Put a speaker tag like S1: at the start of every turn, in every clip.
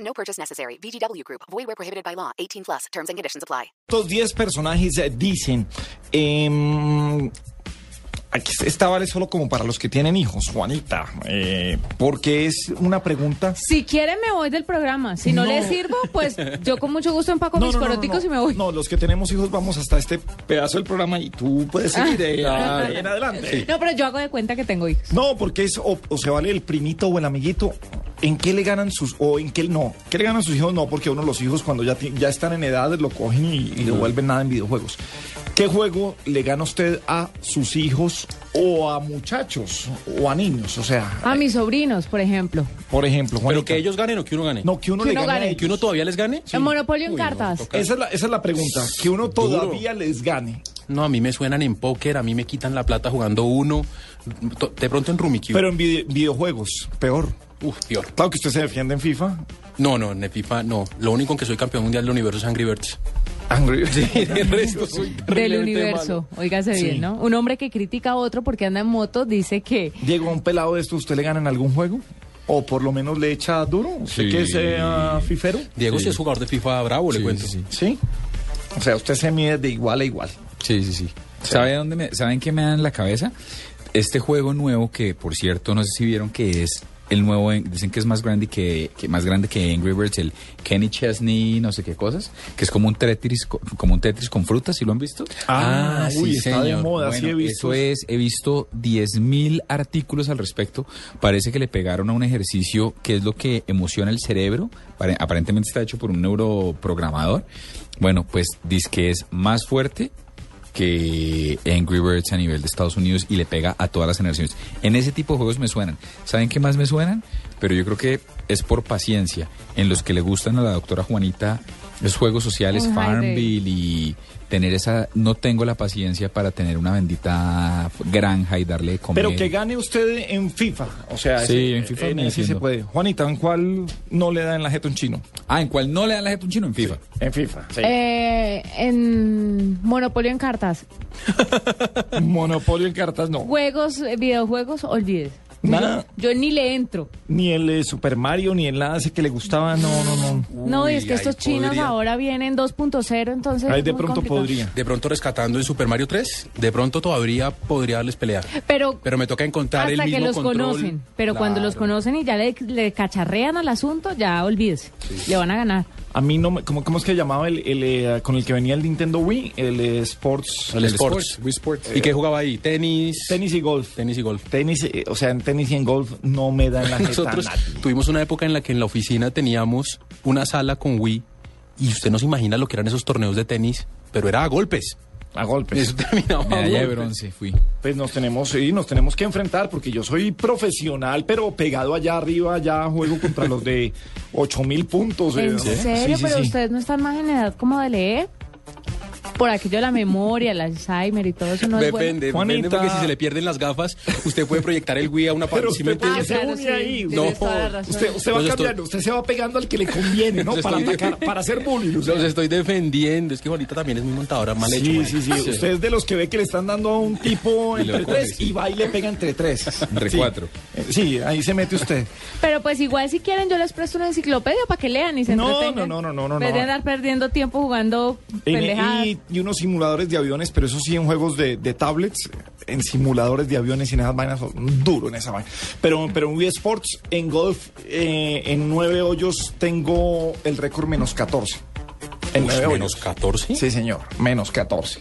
S1: No purchase necessary. VGW Group. Void where prohibited by law. 18 plus. Terms and conditions apply.
S2: Estos 10 personajes eh, dicen... em, Aquí esta vale solo como para los que tienen hijos, Juanita, eh, porque es una pregunta
S3: Si quiere me voy del programa. Si no,
S2: No.
S3: le sirvo, pues yo con mucho gusto empaco mis coroticos y me voy.
S2: No, los que tenemos hijos vamos hasta este pedazo del programa y tú puedes seguir eh, en adelante.
S3: Ah. No, pero yo hago de cuenta que tengo hijos.
S2: No, porque es o, o se vale el primito o el amiguito. ¿En qué le ganan sus o en qué no? ¿Qué le ganan sus hijos? No, porque uno los hijos cuando ya, ti- ya están en edad lo cogen y, y no vuelven nada en videojuegos. ¿Qué juego le gana usted a sus hijos o a muchachos o a niños? O sea,
S3: A mis sobrinos, por ejemplo.
S2: por ejemplo,
S4: Pero
S2: Juanita.
S4: que ellos ganen o que uno gane.
S2: no que uno
S3: que
S2: le
S3: uno
S2: gane, a
S3: gane.
S2: ellos.
S4: Que uno todavía les gane.
S3: El monopolio en
S4: Uy, no,
S3: cartas.
S4: toca-
S2: Esa es la, esa es la pregunta. Que uno todavía les gane.
S4: No, a mí me suenan en póker, a mí me quitan la plata jugando uno. to- De pronto en Rummikub.
S2: Pero en vide- videojuegos, peor.
S4: Uf, peor.
S2: Claro que usted se defiende en FIFA.
S4: No, no, en el FIFA no. Lo único en que soy campeón mundial del universo es Angry Birds.
S2: Angry Birds.
S4: El resto soy
S3: Del
S4: terriblemente
S3: universo.
S4: malo.
S3: Óigase
S2: Sí.
S3: bien, ¿no? Un hombre que critica a otro porque anda en moto dice que.
S2: Diego, a un pelado de esto, ¿usted le gana en algún juego? ¿O por lo menos le echa duro? ¿Usted
S4: Sí.
S2: que sea fifero?
S4: Diego sí. es jugador de FIFA bravo, le
S5: Sí,
S4: cuento.
S5: sí,
S2: ¿Sí? O sea, usted se mide de igual a igual.
S5: Sí, sí, sí. ¿Sabe dónde me, ¿Saben qué me da en la cabeza? Este juego nuevo que, por cierto, no sé si vieron que es el nuevo, en- dicen que es más grande que, que más grande que Angry Birds, el Kenny Chesney, no sé qué cosas, que es como un Tetris, co- como un Tetris con frutas, ¿sí lo han visto?
S4: Ah,
S2: uy,
S4: sí,
S2: está de
S4: señor.
S2: moda, sí he
S5: Bueno,
S2: visto.
S5: eso es, he visto 10.000 artículos al respecto. Parece que le pegaron a un ejercicio que es lo que emociona el cerebro. Pare- Aparentemente está hecho por un neuroprogramador. Bueno, pues dice que es más fuerte que Angry Birds a nivel de Estados Unidos y le pega a todas las generaciones. En ese tipo de juegos me suenan. ¿Saben qué más me suenan? Pero yo creo que es por paciencia. En los que le gustan a la doctora Juanita los juegos sociales,
S3: Un high day.
S5: Farmville y tener esa no tengo la paciencia para tener una bendita granja y darle de comer.
S2: Pero que gane usted en FIFA. O sea,
S5: Sí,
S2: ese-
S5: en FIFA
S2: en
S5: me
S2: ese se
S5: defiendo.
S2: puede. Juanita, ¿en cuál no le da en la jeta un chino?
S5: Ah, en cual no le dan la jeta a un chino en FIFA.
S2: En FIFA. Sí.
S3: eh, en monopolio en cartas.
S2: Monopolio en cartas, no.
S3: Juegos, eh, videojuegos, olvides.
S2: Nada.
S3: Yo ni le entro.
S2: Ni el de Super Mario, ni el nada ese que le gustaba. No, no, no.
S3: no,
S4: Uy,
S3: y es que
S4: ahí
S3: estos chinos
S4: podría-
S3: ahora vienen 2.0, entonces.
S2: Ahí
S3: es
S2: de
S3: muy
S2: pronto
S3: complicado.
S2: podría.
S4: De pronto rescatando en Super Mario 3, de pronto todavía podría darles pelea.
S3: Pero,
S4: Pero me toca encontrar
S3: hasta
S4: el mismo
S3: que los
S4: control.
S3: conocen. Pero cuando los
S4: Claro.
S3: conocen y ya le, le cacharrean al asunto, ya olvides. Le van a ganar.
S2: A mí no me. ¿Cómo, cómo es que llamaba el, el, eh, con el que venía el Nintendo Wii? El eh, Sports.
S4: El sports.
S5: Wii Sports.
S4: ¿Y qué jugaba ahí? Tenis.
S2: Tenis y golf.
S4: Tenis y golf.
S2: Tenis, eh, o sea, en tenis y en golf no me dan la jeta
S4: Nosotros
S2: nadie.
S4: tuvimos una época en la que en la oficina teníamos una sala con Wii y usted no se imagina lo que eran esos torneos de tenis, pero era a golpes.
S2: A golpes.
S4: Eso terminaba a
S5: Medalla de
S4: golpes.
S5: bronce fui.
S2: Pues nos tenemos, sí, nos tenemos que enfrentar porque yo soy profesional, pero pegado allá arriba, allá juego contra los de 8000 puntos. eh,
S3: ¿En
S2: ¿no?
S3: serio?
S2: Sí, sí,
S3: ¿Pero
S2: sí.
S3: ustedes no están más en edad como de leer? Por aquello de la memoria, el Alzheimer y todo eso no es bueno.
S4: depende, depende,
S2: Juanita.
S4: porque si se le pierden las gafas, usted puede proyectar el Wii a una
S2: Pero
S4: parte. ¿sí me
S2: usted tiene
S4: entiende?
S2: se une ahí.
S3: Ah, tienes
S4: No.
S3: toda la razón.
S2: Usted, usted va
S4: Los estoy-
S2: cambiando, usted se va pegando al que le conviene, ¿no?
S4: Los
S2: Para
S4: estoy-
S2: atacar, para hacer bullying. o sea.
S4: Los estoy defendiendo. Es que Juanita también es muy montadora, mal hecho.
S2: Sí,
S4: marica.
S2: sí, sí. Usted es de los que ve que le están dando a un tipo
S5: Y lo
S2: entre
S5: coge,
S2: tres
S5: sí.
S2: y va y le pega entre tres.
S5: Entre
S2: Sí.
S5: cuatro.
S2: Eh, Sí, ahí se mete usted.
S3: Pero pues igual si quieren yo les presto una enciclopedia para que lean y se
S2: No,
S3: entretengan.
S2: no, no, no, no, no.
S3: Pueden andar perdiendo tiempo jugando
S2: En-
S3: pendejadas.
S2: y, y unos simuladores de aviones, pero eso sí en juegos de, de tablets, en simuladores de aviones y en esas vainas, duro en esa vaina. Pero, pero en Wii Sports, en golf, eh, en nueve hoyos tengo el récord menos 14. En
S4: Uy,
S2: nueve
S4: menos
S2: hoyos.
S4: 14.
S2: Sí, señor, menos 14.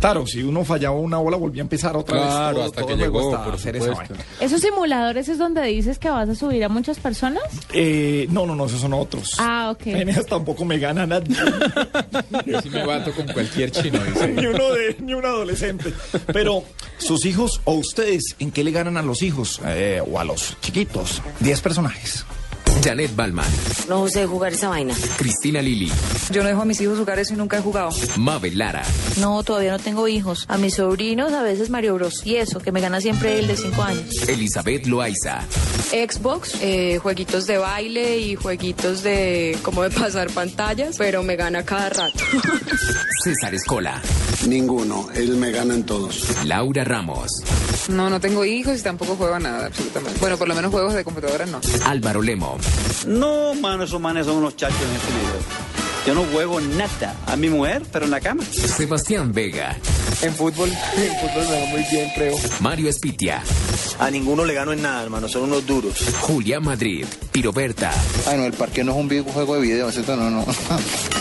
S2: Claro, si uno fallaba una bola, volvía a empezar otra vez.
S4: Claro,
S2: todo-
S4: hasta
S2: todo
S4: que
S2: el juego
S4: llegó,
S2: hasta
S4: por
S2: hacer esa
S4: supuesto.
S2: vaina.
S3: ¿Esos simuladores es donde dices que vas a subir a muchas personas?
S2: Eh, no, no, no, esos son otros.
S3: Ah, ok.
S2: En esas tampoco me gana nadie.
S5: Yo sí me bato con cualquier chino. dice.
S2: ni uno de, ni un adolescente. Pero sus hijos o ustedes, ¿en qué le ganan a los hijos eh, o a los chiquitos? Diez personajes.
S5: Janet Balman,
S3: No sé jugar esa vaina.
S5: Cristina Lili,
S6: Yo no dejo a mis hijos jugar eso y nunca he jugado.
S5: Mabel Lara,
S3: No, todavía no tengo hijos. A mis sobrinos a veces Mario Bros. Y eso, que me gana siempre el de 5 años.
S5: Elizabeth Loaiza,
S6: Xbox, eh, jueguitos de baile y jueguitos de cómo de pasar pantallas, pero me gana cada rato.
S5: César Escola,
S7: Ninguno, él me gana en todos.
S5: Laura Ramos,
S6: No, no tengo hijos y tampoco juego a nada, absolutamente. Bueno, por lo menos juegos de computadora no.
S5: Álvaro Lemo,
S2: No, mano, esos manes son unos chachos en este video. Yo no juego nada a mi mujer, pero en la cama.
S5: Sebastián Vega,
S2: En fútbol, en fútbol me va muy bien, creo.
S5: Mario Espitia,
S2: A ninguno le gano en nada, hermano, son unos duros.
S5: Julia Madrid, Piroberta,
S7: Ay, no, el parque no es un videojuego de video, eso no, no.